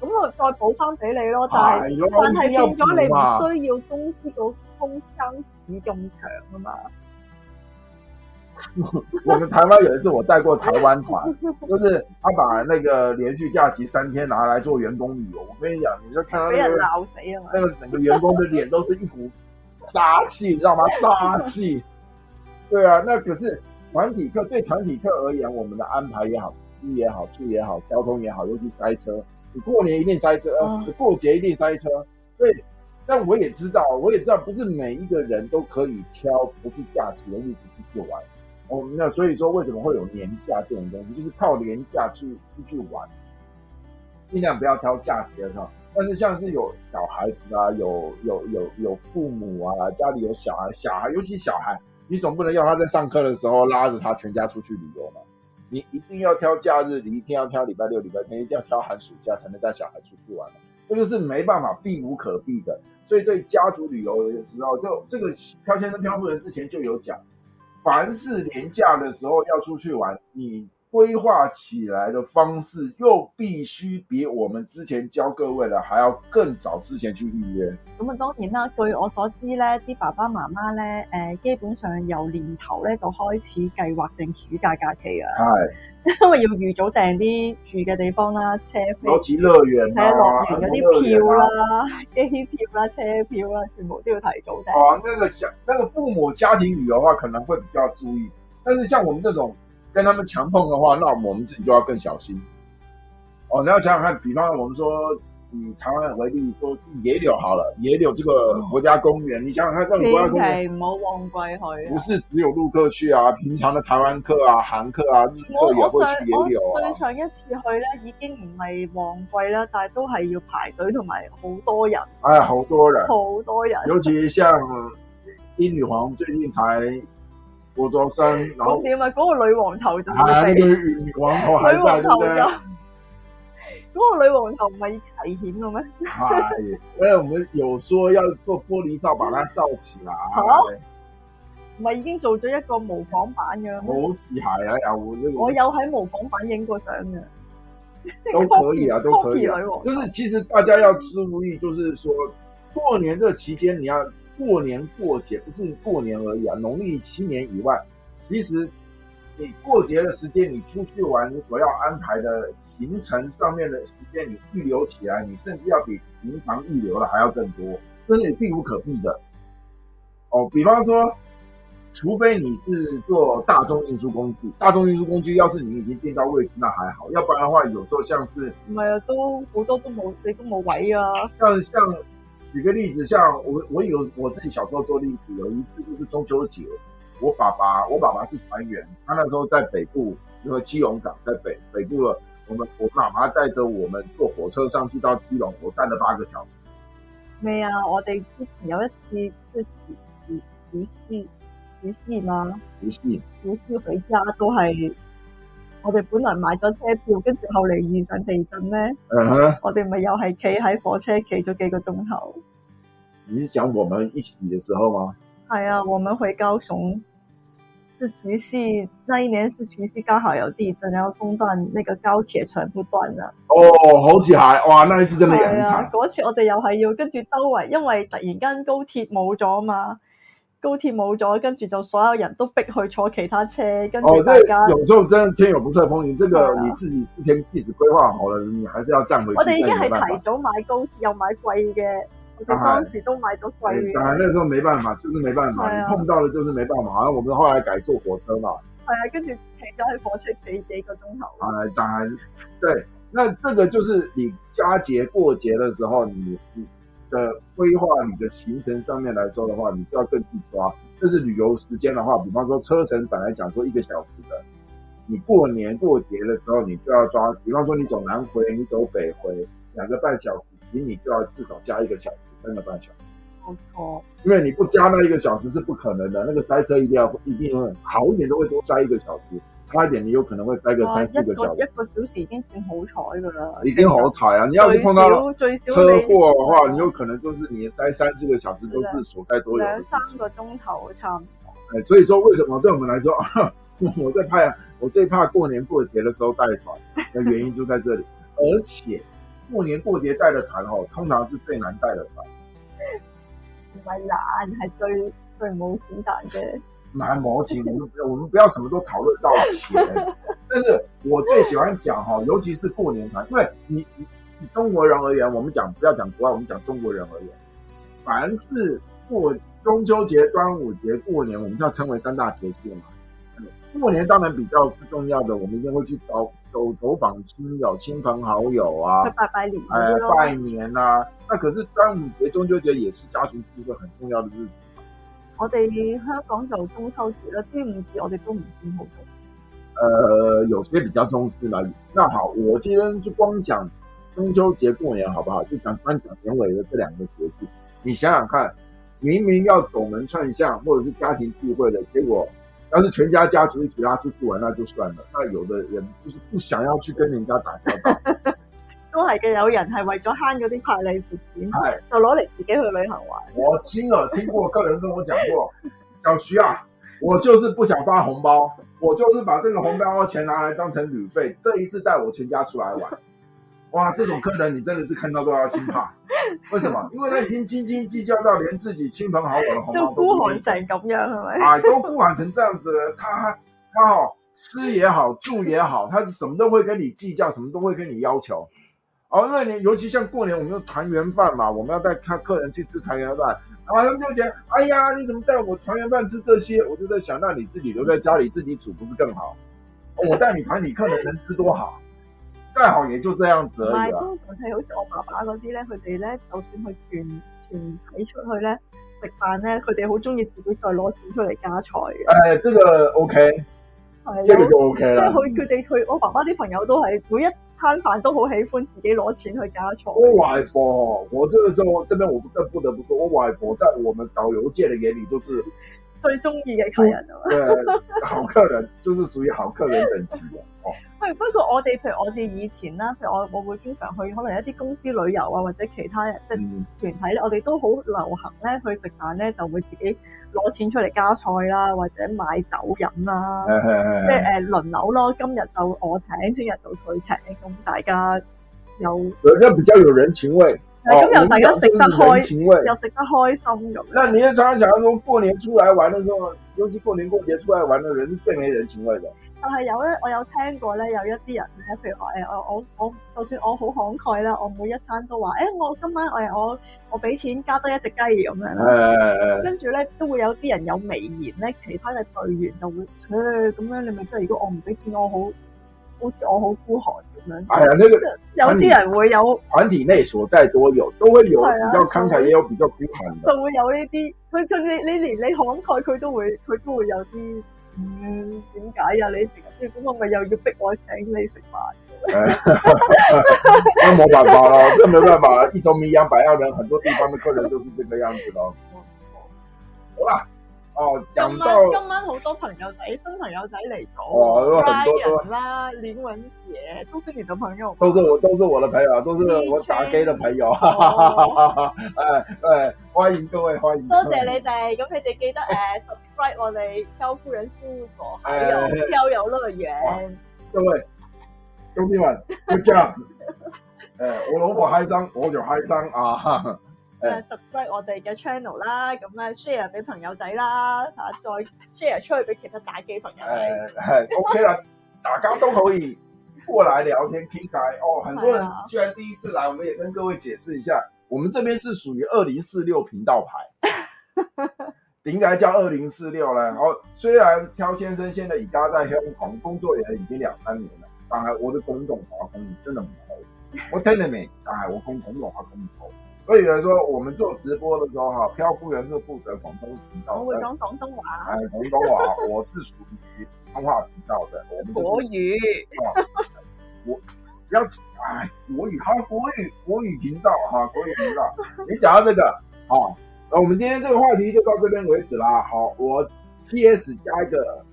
咁我再補翻俾你咯，但係
哎呦
但係
一定要
變咗
补
你唔需要公司個公生市咁強啊嘛。
嘛。我们台湾有一次我带过台湾团， 就是他把那个连续假期三天拿来做员工旅游。我跟你讲，你就看到
俾
那
人
个
鬧死啊嘛！
那个整个员工的脸都是一股杀气，你知道吗？杀气。对啊，那可是团体课对团体课而言，我们的安排也好，时机也好，处也好，交通也好，尤其塞车，你过年一定塞车，
哦
呃过节一定塞车。对，但我也知道，我也知道，不是每一个人都可以挑不是假期的日子出去玩。哦，那所以说，为什么会有年假这种东西？就是靠年假去出去玩，尽量不要挑假期的时候。但是像是有小孩子啊，有有有有父母啊，家里有小孩，小孩尤其小孩，你总不能要他在上课的时候拉着他全家出去旅游嘛。你一定要挑假日，你一定要挑礼拜六、礼拜天，一定要挑寒暑假才能带小孩出去玩嘛。这就是没办法，避无可避的。所以对家族旅游的时候，就这个漂先生、漂夫人之前就有讲，凡是廉价的时候要出去玩，你规划起来的方式又必须比我们之前教各位的还要更早之前去预约。
咁啊，當然啦，據我所知咧，啲爸爸媽媽咧，誒、基本上由年頭咧就開始計劃定暑假假期㗎，
哎，
因為要預早訂啲住嘅地方啦、車
尤
票、
其乐园
睇
啊，
下樂園
儿
嗰
童樂
啲
園
票
啊
啦、 機票啦、車票啦，全部都要提早訂。
哦，那个小那个父母家庭旅游的话，可能会比较注意，但是像我们这种跟他们强碰的话，那我们自己就要更小心。哦，你要想想看，比方我们说以台湾为例，说去野柳好了，野柳这个
哦
国家公园，你想想看，这种国家公园
千祈唔好旺季去
不
啊。
是只有陆客去啊，平常的台湾客啊、韩客啊、日
我
客也会
我哦上
去野柳
我
啊
對。上一次去咧，已經唔係旺季啦，但係都係要排隊同埋好多人，
哎，好多人，
好多人。
尤其像英女皇最近才国中生，然
咁
后
點啊？嗰、個女王頭就
啊 那
係被
个女王头还
女
在，
王
对不
頭
对？
就 嗰個女王頭唔係危險嘅咩？
嗨，因哎为我们有说要做玻璃罩把它罩起来。哎
好唔係已經做咗一個模仿版嘅咩？
好似系啊，又我呢
我
个
有喺模仿版影過相嘅，
都可以啊，都可以啊
copy 女王。
就是其实大家要注意，就是说过年这期间你要过年过节，不是过年而已啊，农历新年以外，其实你过节的时间，你出去玩，你所要安排的行程上面的时间，你预留起来，你甚至要比平常预留的还要更多，这是避无可避的。哦，比方说，除非你是做大众运输工具，大众运输工具要是你已经订到位置，那还好；要不然的话，有时候像是
唔係啊，都好多都冇，你都冇位啊。
像像举个例子，像我我有我自己小时候做例子，有一次就是中秋节，我爸爸我爸爸是船员，他那时候在北部，那个基隆港在北北部了，我们我妈妈带着我们坐火车上去到基隆，我站了八个小时。
咩啊？我哋之前有一次即係主主師主啊師嘛，
不信，
主師回家都係我哋本來買咗車票，跟住後嚟遇上地震咧，
嗯哼，
我哋咪又係企喺火車企咗幾個鐘頭。
你是讲我们一起的时候吗？
哎呀，我们回高雄，是除夕那一年是除夕刚好有地震，然后中断那个高铁全部断了。
哦，好起来，哇，那一次真的也很
係
惨
啊，。嗰次我哋又係要跟住周圍，因為突然間高鐵冇咗嘛，高鐵冇咗，跟住就所有人都逼去坐其他車，哎跟
哦
住，大
这
家。
有时候真的天有不测风云，这个
对啊
你自己之前即使规划好了，你还是要站回去。
我哋已經
这也没办法啊
係提早買高鐵，又買貴嘅，我哋
係
當時都買咗貴
哎当
嘅，
然那时候没办法，就是没办法，
对啊
你碰到了就是没办法。然后我们后来改坐火车嘛，
係啊，跟住企咗喺火車企幾個鐘頭。
啊，当然，对，那这个就是你佳节过节的时候，你你的规划、你的行程上面来说的话，你就要更去抓。但是旅游时间的话，比方说车程本来讲说一个小时的，你过年过节的时候，你就要抓。比方说你走南回，你走北回，两个半小时，其实你就要至少加一个小时，三个半小时。
冇錯。
因为你不加那一个小时是不可能的，那个塞车一定要一定会好一点都会多塞一个小时，差一点你有可能会塞个
哇
三四
一
个小
一
时，
個小時已經算好彩㗎啦，
已经好惨啊！你要是
最
碰到了
少最少
车
你
祸的话，你有可能就是你塞三四个小时都是所在多有
兩
的。
三個鐘頭差唔多。
哎，所以说为什么对我们来说， 我最怕我最怕过年过节的时候带团，那原因就在这里。而且过年过节带的团哦，通常是最难带的团，
唔係難，係最最冇錢賺嘅。
拿模型，我们我们不要什么都讨论到钱。但是我最喜欢讲哈，尤其是过年团，因为你你你中国人而言，我们讲不要讲国外，我们讲中国人而言，凡是过中秋节、端午节、过年，我们叫称为三大节气嘛。嗯过年当然比较是重要的，我们一定会去走走走访亲友、亲朋好友啊
去，拜拜年
哎、
嗰啲咯。
拜年啊。那可是端午节、中秋节也是家庭聚会很重要的日子。
我哋香港就中秋節啦，端午節我哋都唔算好重。
呃，有些比较重视了。那好，我今天就光讲中秋节、过年好不好？就讲三角年尾的这两个节气。你想想看，明明要走门串巷或者是家庭聚会的，结果要是全家家族一起拉出去玩，那就算了。那有的人就是不想要去跟人家打交道，
都係嘅，有人係為咗慳嗰啲派利是錢，
哎，
就攞嚟自己去旅行玩。
我亲耳听过客人跟我讲过， 小徐啊，我就是不想发红包，我就是把这个红包钱拿来当成旅费，这一次带我全家出来玩。哇，这种客人你真的是看到都要心怕，为什么？因为他已经斤斤计较到连自己亲朋好友的红
都
包
孤
都不愿
寒
意
成咁樣係 咪？
啊，都不管成这样子了，他他哦，吃也好，住也好，他什么都会跟你计较，什么都会跟你要求。哦，因为你尤其像过年，我们有团圆饭嘛，我们要带客客人去吃团圆饭，然后他们就觉得，哎呀，你怎么带我团圆饭吃这些？我就在想，那你自己留在家里自己煮不是更好？哦我带你团体客人能吃多好？再好也就这样子
同
而
埋
已啊。
通常係好似我爸爸嗰啲咧，佢哋咧就算去團團體出去咧食飯咧，佢哋好中意自己再攞錢出嚟加菜嘅。
哎，这个 OK，
係
这个
啊，
就 OK
即係
了。
佢佢哋去我爸爸啲朋友都係每一餐飯都好喜歡自己攞錢去加菜。
我外婆，我这个时候这边我不得不得不说，我外婆在我们导游界的眼里就是，
最中意嘅客人啊嘛。
呃，好客人，就是属于好客人等级的哦。
喂，不過我哋譬如我哋以前啦，譬如我我會經常去可能一啲公司旅遊啊，或者其他即係
嗯，
團體咧，我哋都好流行咧去食飯咧，就會自己攞錢出嚟加菜啦，或者買酒飲啦，
哎哎
即係
哎，
誒輪流咯。今日就我請，聽日就佢請，咁大家又
人家比较有人情味，哦
咁又大家食得
我们讲究是人
開，
情味。
又食得開心咁
那
樣。
你也常常想说，过年出来玩的时候，尤其过年过节出来玩的人是最没人情味的。
但係有咧，我有聽過咧，有一啲人咧，譬如話誒，我我我，就算我好慷慨啦，我每一餐都話誒、我今晚誒我我俾錢加多一隻雞咁樣啦。
呃，
跟住咧都會有啲人有微言咧，其他嘅隊員就會，切咁樣你咪即係如果我唔俾錢，我好好似我好孤寒咁樣。
哎呀，那个
有啲人會有
团体内所在多有，都会有
哎呀
比较慷慨，也有比较孤寒的。
就會有呢啲，佢佢你你連你慷慨佢都會佢都會有啲，嗯點解啊？你成日咁我咪又要逼我請你食飯？
那没办法了， 这没办法，一头米养百样人，很多地方的客人都是这个样子咯。好啦，哦，讲
今
到
晚今晚好多朋友仔新朋友仔嚟
哦有
咗
很多都
，Ryan 啦、連允姐都是你的朋友嗎，
都是我都是我的朋友，啊都是我打
一圈
gay 的朋友，哈 哈哈
哦
哈哈！哎哎，欢迎各位，欢迎。
多謝你哋，咁你哋記得誒 à, subscribe 我哋漂夫人事務所，還
哎
有漂遊樂園。
各位兄弟们，good job！哎，我老婆嗨伤，我就嗨伤啊！哈哈哎
誒 Ờ, subscribe 我哋嘅 channel 啦，咁咧 share 俾朋友仔啦，嚇再 share 出去俾其他打機朋友
哎
仔。
哎，OK 了，大家都可以过来聊天听台哦。很多人居然第一次来，我们也跟各位解释一下，我们这边是属于二零四六频道牌，应该叫二零四六呢。哦，虽然挑先生现在已家在香港工作也已经两三年了，但系我的公共华工真的唔好，我听得明，但哎系我公公共华工唔好。所以来说，我们做直播的时候哈，漂夫人是负责广东频道
哦我會
的。
講廣東話、
哎，同东啊，我是属于通话频道的，我们
國
就是
語，
不要哎国语，还有国语国语频道哈、国语频道。你讲到这个，好，那我们今天这个话题就到这边为止啦。好，我 PS 加一个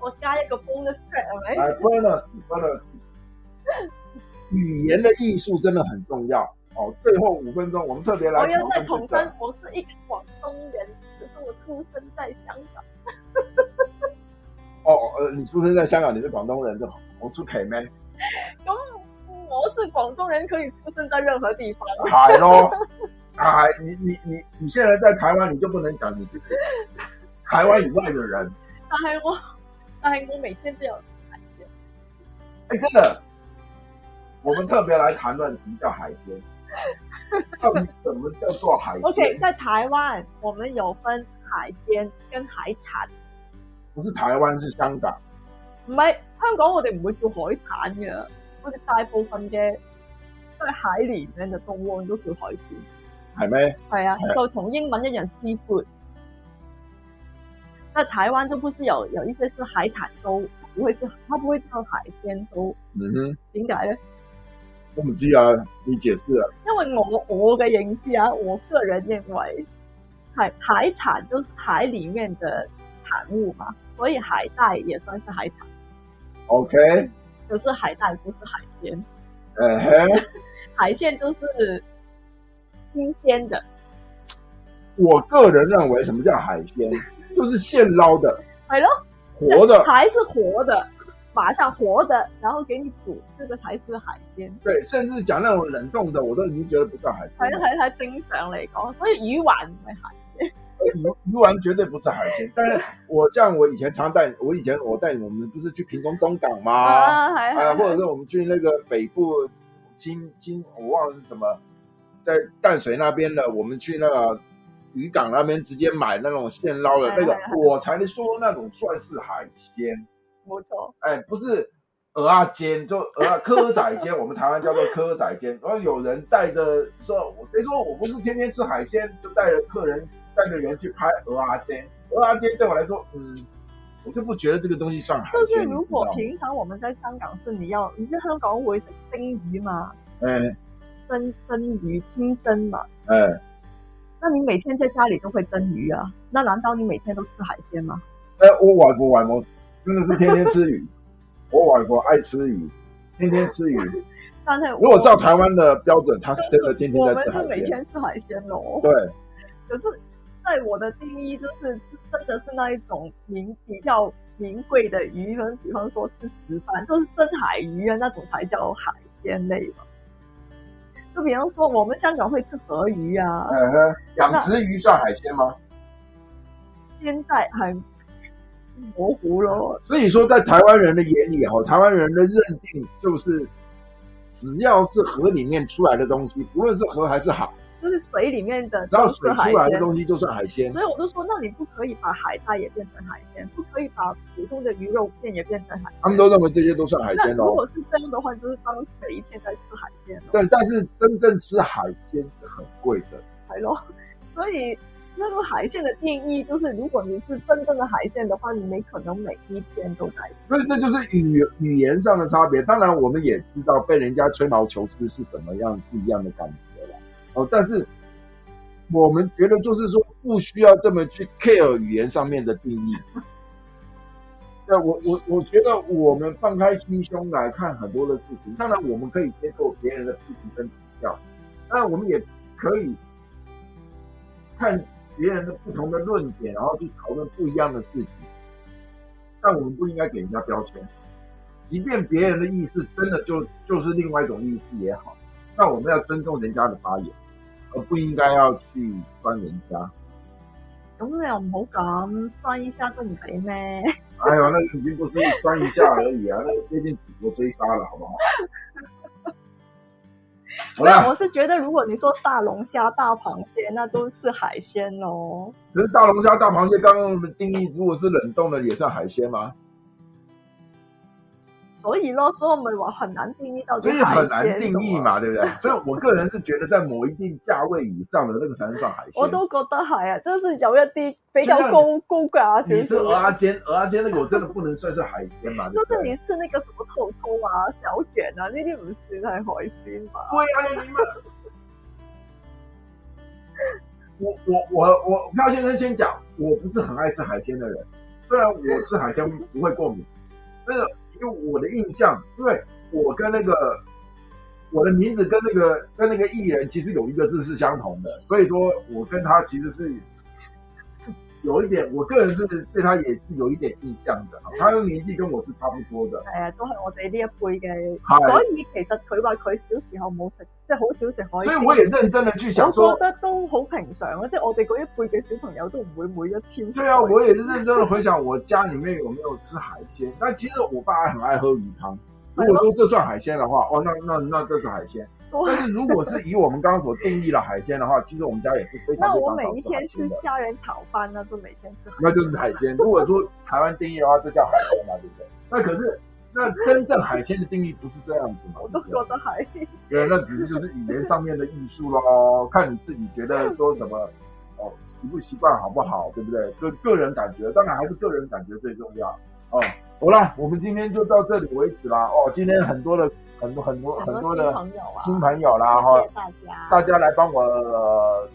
我加一個 bonus track 係咪？
来 bonus bonus，语言的艺术真的很重要。哦，最后五分钟我们特别来
我要再重
重
申，我是一個廣東人，可是我出生在香港。
哦，呃，你出生在香港，你是广东人，就好，我出 K 咩？
咁我是廣東人，可以出生在任何地方。
海咯，海，你你你你现在在台湾，你就不能讲你哎是台湾以外的人。
但係我，但係我每天都有海鮮。
哎，真的，我们特别来谈论什么叫海鲜，到底什么叫做海鲜
OK，在台湾我们有分海鲜跟海产，
不是台湾，是香港。
唔係香港我哋唔會叫海產嘅，我哋大部分嘅都係海蠊咧，就東灣都叫海蠊。
係咩？
对啊，
嗯
就同英文一样 seafood。那台湾就不是有有一些是海产粥，不会是它不会叫海鲜粥，
嗯哼，
点解咧？
我唔知啊，你解釋啊。
因为我我嘅认知啊，我个人认为海海产就是海里面的产物嘛，所以海带也算是海产，
OK，
可是海带不是海鲜，
誒哎嘿，
海鲜就是新鲜的，
我個人認為什麼叫海鮮，就是現撈的，
系咯。
活的，
还是活的，马上活的，然后给你煮，这个才是海鲜。
對，甚至講那種冷凍的，我都已經覺得不算海
睇
鮮了。
睇睇正常嚟講，所以魚環唔係蟹，
魚魚丸絕對不是海鮮，但是我像我以前常帶，我以前我帶你們我們不是去屏東東港嗎？
啊係
啊，或者
係
是我们去那个北部金金，我忘了是什么，在淡水那边的，我们去那个渔港那边直接买那种现捞的
哎
那个
哎，
我才说那种算是海鲜，
冇錯，
哎，不是鹅啊煎，就鹅啊蚵仔煎，我们台湾叫做蚵仔煎。然后有人带着说，我谁说我不是天天吃海鲜，就带着客人带着人去拍鹅啊煎，鹅啊煎对我来说，嗯，我就不觉得这个东西算海
就
鲜，
是
你
如
知道
果
吗？
平常我們在香港是你要，你知香港會食蒸魚嘛，
哎
蒸蒸魚清蒸嘛，
哎。
那你每天在家裡都會蒸魚啊，那難道你每天都吃海鮮嗎？
哎，我外婆外婆真的是天天吃鱼， 我外婆爱吃鱼，天天吃鱼。
但係
如果照台灣的標準，她是真的天天
我
在
們
吃海
是每
鮮。
天吃海鮮咯。
对，
可是在我的定义就是，真的是那一种名比较名贵的鱼，可能比方说是石斑，就是深海鱼啊那种才叫海鲜类嘛。就比方说，我们香港会吃河鱼啊，
嗯哼，养殖魚算海鮮嗎？
现在很模糊咯。
所以说，在台灣人的眼里，哦哈，台灣人的認定就是，只要是河裡面出來的東西，不論是河還是海，
就是水里面的
只要
都
水
是海
出來的
鲜，
東西就算海鮮。
所以我就说，那你不可以把海带也变成海鲜，不可以把普通的鱼肉片也变成海鲜。
他们都认為这些都算海
那
鮮
如
咯。
果是这样的话，就是当每一天在吃海鲜咯。
对，但是真正吃海鮮是很貴的。
系咯。所以那个海鲜的定义就是，如果你是真正的海鲜的话，你没可能每一天都在吃。
所以这就是语语言上的差别。当然，我们也知道被人家吹毛求疵是什么样不一样的感觉了。哦，但是我们觉得就是说，不需要这么去 care 语言上面的定义。那我我我觉得我们放开心胸来看很多的事情，当然我们可以接受别人的批评跟指教，当然我们也可以看别人的不同的论点，然后去讨论不一样的事情。但我们不应该给人家标签，即便别人的意思真的就就是另外一种意思也好，那我们要尊重人家的发言，而不应该要去酸人家。
咁你又唔好咁翻一下都唔 俾咩？
哎呦，那个已经不是酸一下而已啊，那个接近祖国追杀了，好不好？好啦，
我是觉得，如果你说大龙虾、大螃蟹，那都是海鲜咯。
可是大龙虾、大螃蟹刚刚的定义，如果是冷冻的，也算海鲜吗？
所以咯，所以我咪话很难定义到底
所以
海
很
鲜
难定义
什麼。
嘛，对不对？所以我个人是觉得，在某一定价位以上的那个才能算海鲜。
我都覺得係啊，就是有一啲比較
雖然
高高價
你啊是
少
鹅
少，
阿煎，鹅阿煎那个我真的不能算是海鲜嘛，对
就
不
是
对？
你吃那個什麼頭頭啊、小卷啊，呢啲唔算係海鮮吧？
对呀、你们，我我我我，漂先生先讲，我不是很爱吃海鲜的人，虽然我吃海鲜不会过敏，但是因为我的印象，因为我跟那个我的名字跟那个跟那个艺人其实有一个字是相同的，所以说我跟他其实是。有一点，我个人是对他也是有一点印象的，他的年纪跟我是差不多的，
係啊，都係我哋呢一輩嘅
嗨
所以其實佢話佢小時候冇食，即係好少食海
所以
鮮。
我也认真的去想
我
说
覺，得都好平常啊，即係我哋嗰一輩嘅小朋友都唔會每一天食海鮮。
对啊，我也是认真的回想我家里面有没有吃海鲜。但其实我爸很爱喝鱼汤。如果说这算海鲜的话，哦，那那那这是海鲜。
都
但是如果是以我们刚刚所定义的海鲜的话，其实我们家也是非常
那
非常
我每
少
一
吃海
天吃
鲜的。
虾仁炒飯啦，都每天吃海鮮。
那就是海鲜。如果说台湾定义的话，这叫海鲜嘛，对不对？那可是那真正海鲜的定义不是这样子嘛？
我都覺得係。
对，那只是就是语言上面的艺术咯，看你自己觉得说什么哦，习不习惯好不好，对不对？就个人感觉，当然还是个人感觉最重要哦。好啦，我们今天就到这里为止啦。哦，今天很多的很多很多很
很
多
多
的
新朋友啊，
新朋友啦哈、
謝
哦
謝，大家，
大家来帮我、呃、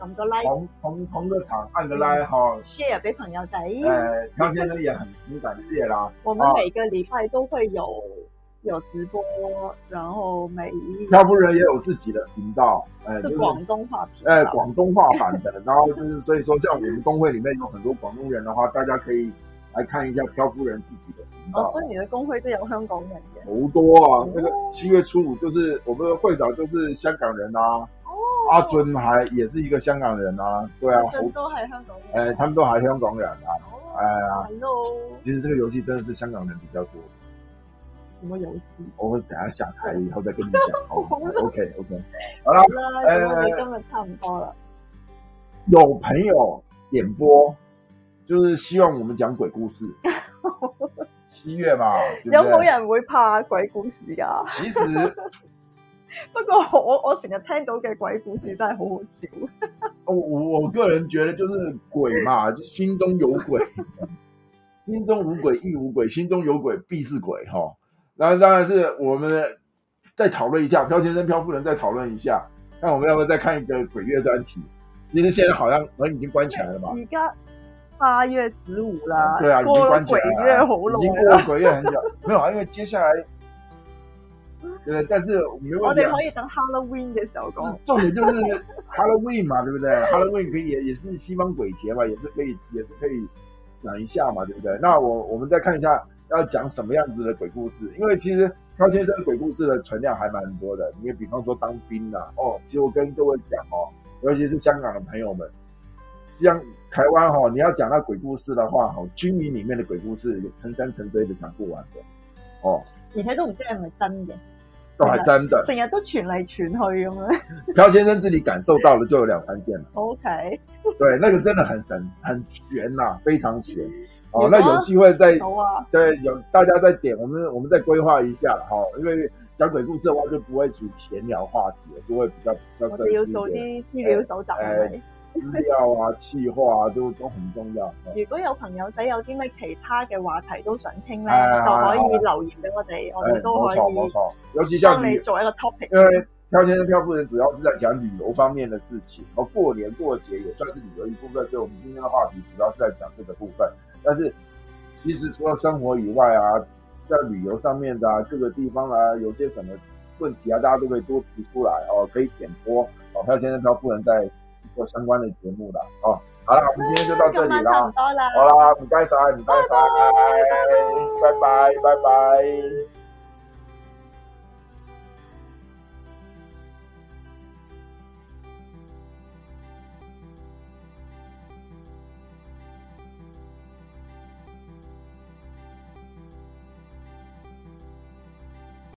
撳個 like
同同同个场按个 like 哈、哦。
share 俾朋友仔。
呃，朴先生也很很感谢啦。
我们每个礼拜都会有有直播，然后每一
漂夫人也有自己的频道，呃，就是是
广东话频
呃
道，
广东话版的， 然后就是所以说，像我们工会里面有很多广东人的话，大家可以来看一下漂夫人自己的频道
我，哦所以你嘅工会都有香港人嘅。
好多啊
哦。
那个七月初五就是我们的会长就是香港人啊，
哦
阿尊还也是一个香港人啊，对啊，好
俊都係香港人。哦
呃，他们都还香港人啊，哎呀，
Hello，
其实这个游戏真的是香港人比较多。
什麼有事？
我等下下台以后再跟你讲。哦哎好
好啦
OK OK，
好啦，
誒
咁我哋今日差唔多
呃
啦。
有朋友点播，就是希望我们讲鬼故事。七月嘛，对
有
不
冇
对？
人會怕鬼故事㗎？
其实
不過我我成日聽到嘅鬼故事真係好好笑。
我我我个人觉得就是鬼嘛，就心中有鬼，心中无鬼亦无鬼，心中有鬼必是鬼哈。那当然是我们再讨论一下，朴先生、朴夫人再讨论一下，看我们要不要再看一个鬼月专题。其实现在好像门已经关起来了吧？
而家八月十五啦，
啊对啊，已经
過
关
咗
起来
鬼
了，啊
月好
已经
耐
过
啦。
了鬼月很久，没有啊，因为接下来，对，但是没
我
问题、
哋
啊。
可以等 Halloween 嘅時候講。
重点就是 Halloween 嘛，对不对？Halloween 可以也也是西方鬼节嘛，也是可以也是可以讲一下嘛，对不对？那我我们再看一下要讲什么样子的鬼故事，因为其实高先生的鬼故事的存量还蛮多的。你比方说当兵啦、哦，其实我跟各位讲哦，尤其是香港的朋友们，像台湾哈、哦，你要讲到鬼故事的话，哦，军营里面的鬼故事有成山成堆的讲不完的，哦，
而且都唔知係咪真嘅，
都还真 的。
成日都傳嚟傳去咁樣。
朴先生自己感受到了就有两三件了。
O K，
对，那个真的很神，很悬呐、非常悬。哦
有，
那
吗
有机会再
好啊，
对有大家再点，我们我们再规划一下哈、哦，因为讲鬼故事的话就不会属于闲聊话题了，就会比较比较
我
正
哋要
式一
做
点。
啲資料搜集係咪？
资料啊、气话啊，都都很重要。哦
如果有朋友仔有啲咩其他嘅話題都想聽咧，
係
就可
係
以留言俾我哋，哦我
哎，
哋都
没错没
可以
错，尤其像
幫
旅
你，做一個 topic。
因为漂先生、漂夫人主要是在讲旅游方面的事情，哦，过年过节也算是旅游一部分，所以我们今天的话题主要是在讲这个部分。但是其实除了生活以外啊，在旅游上面的啊，各个地方啊，有些什么问题啊，大家都可以多提出来哦，可以点播哦，漂先生、漂夫人在做相关的节目啦。哦。好啦，我们今天就到这
今
里
晚差唔
啦。
多啦，
好啦，唔该晒，唔该晒，拜拜，拜拜。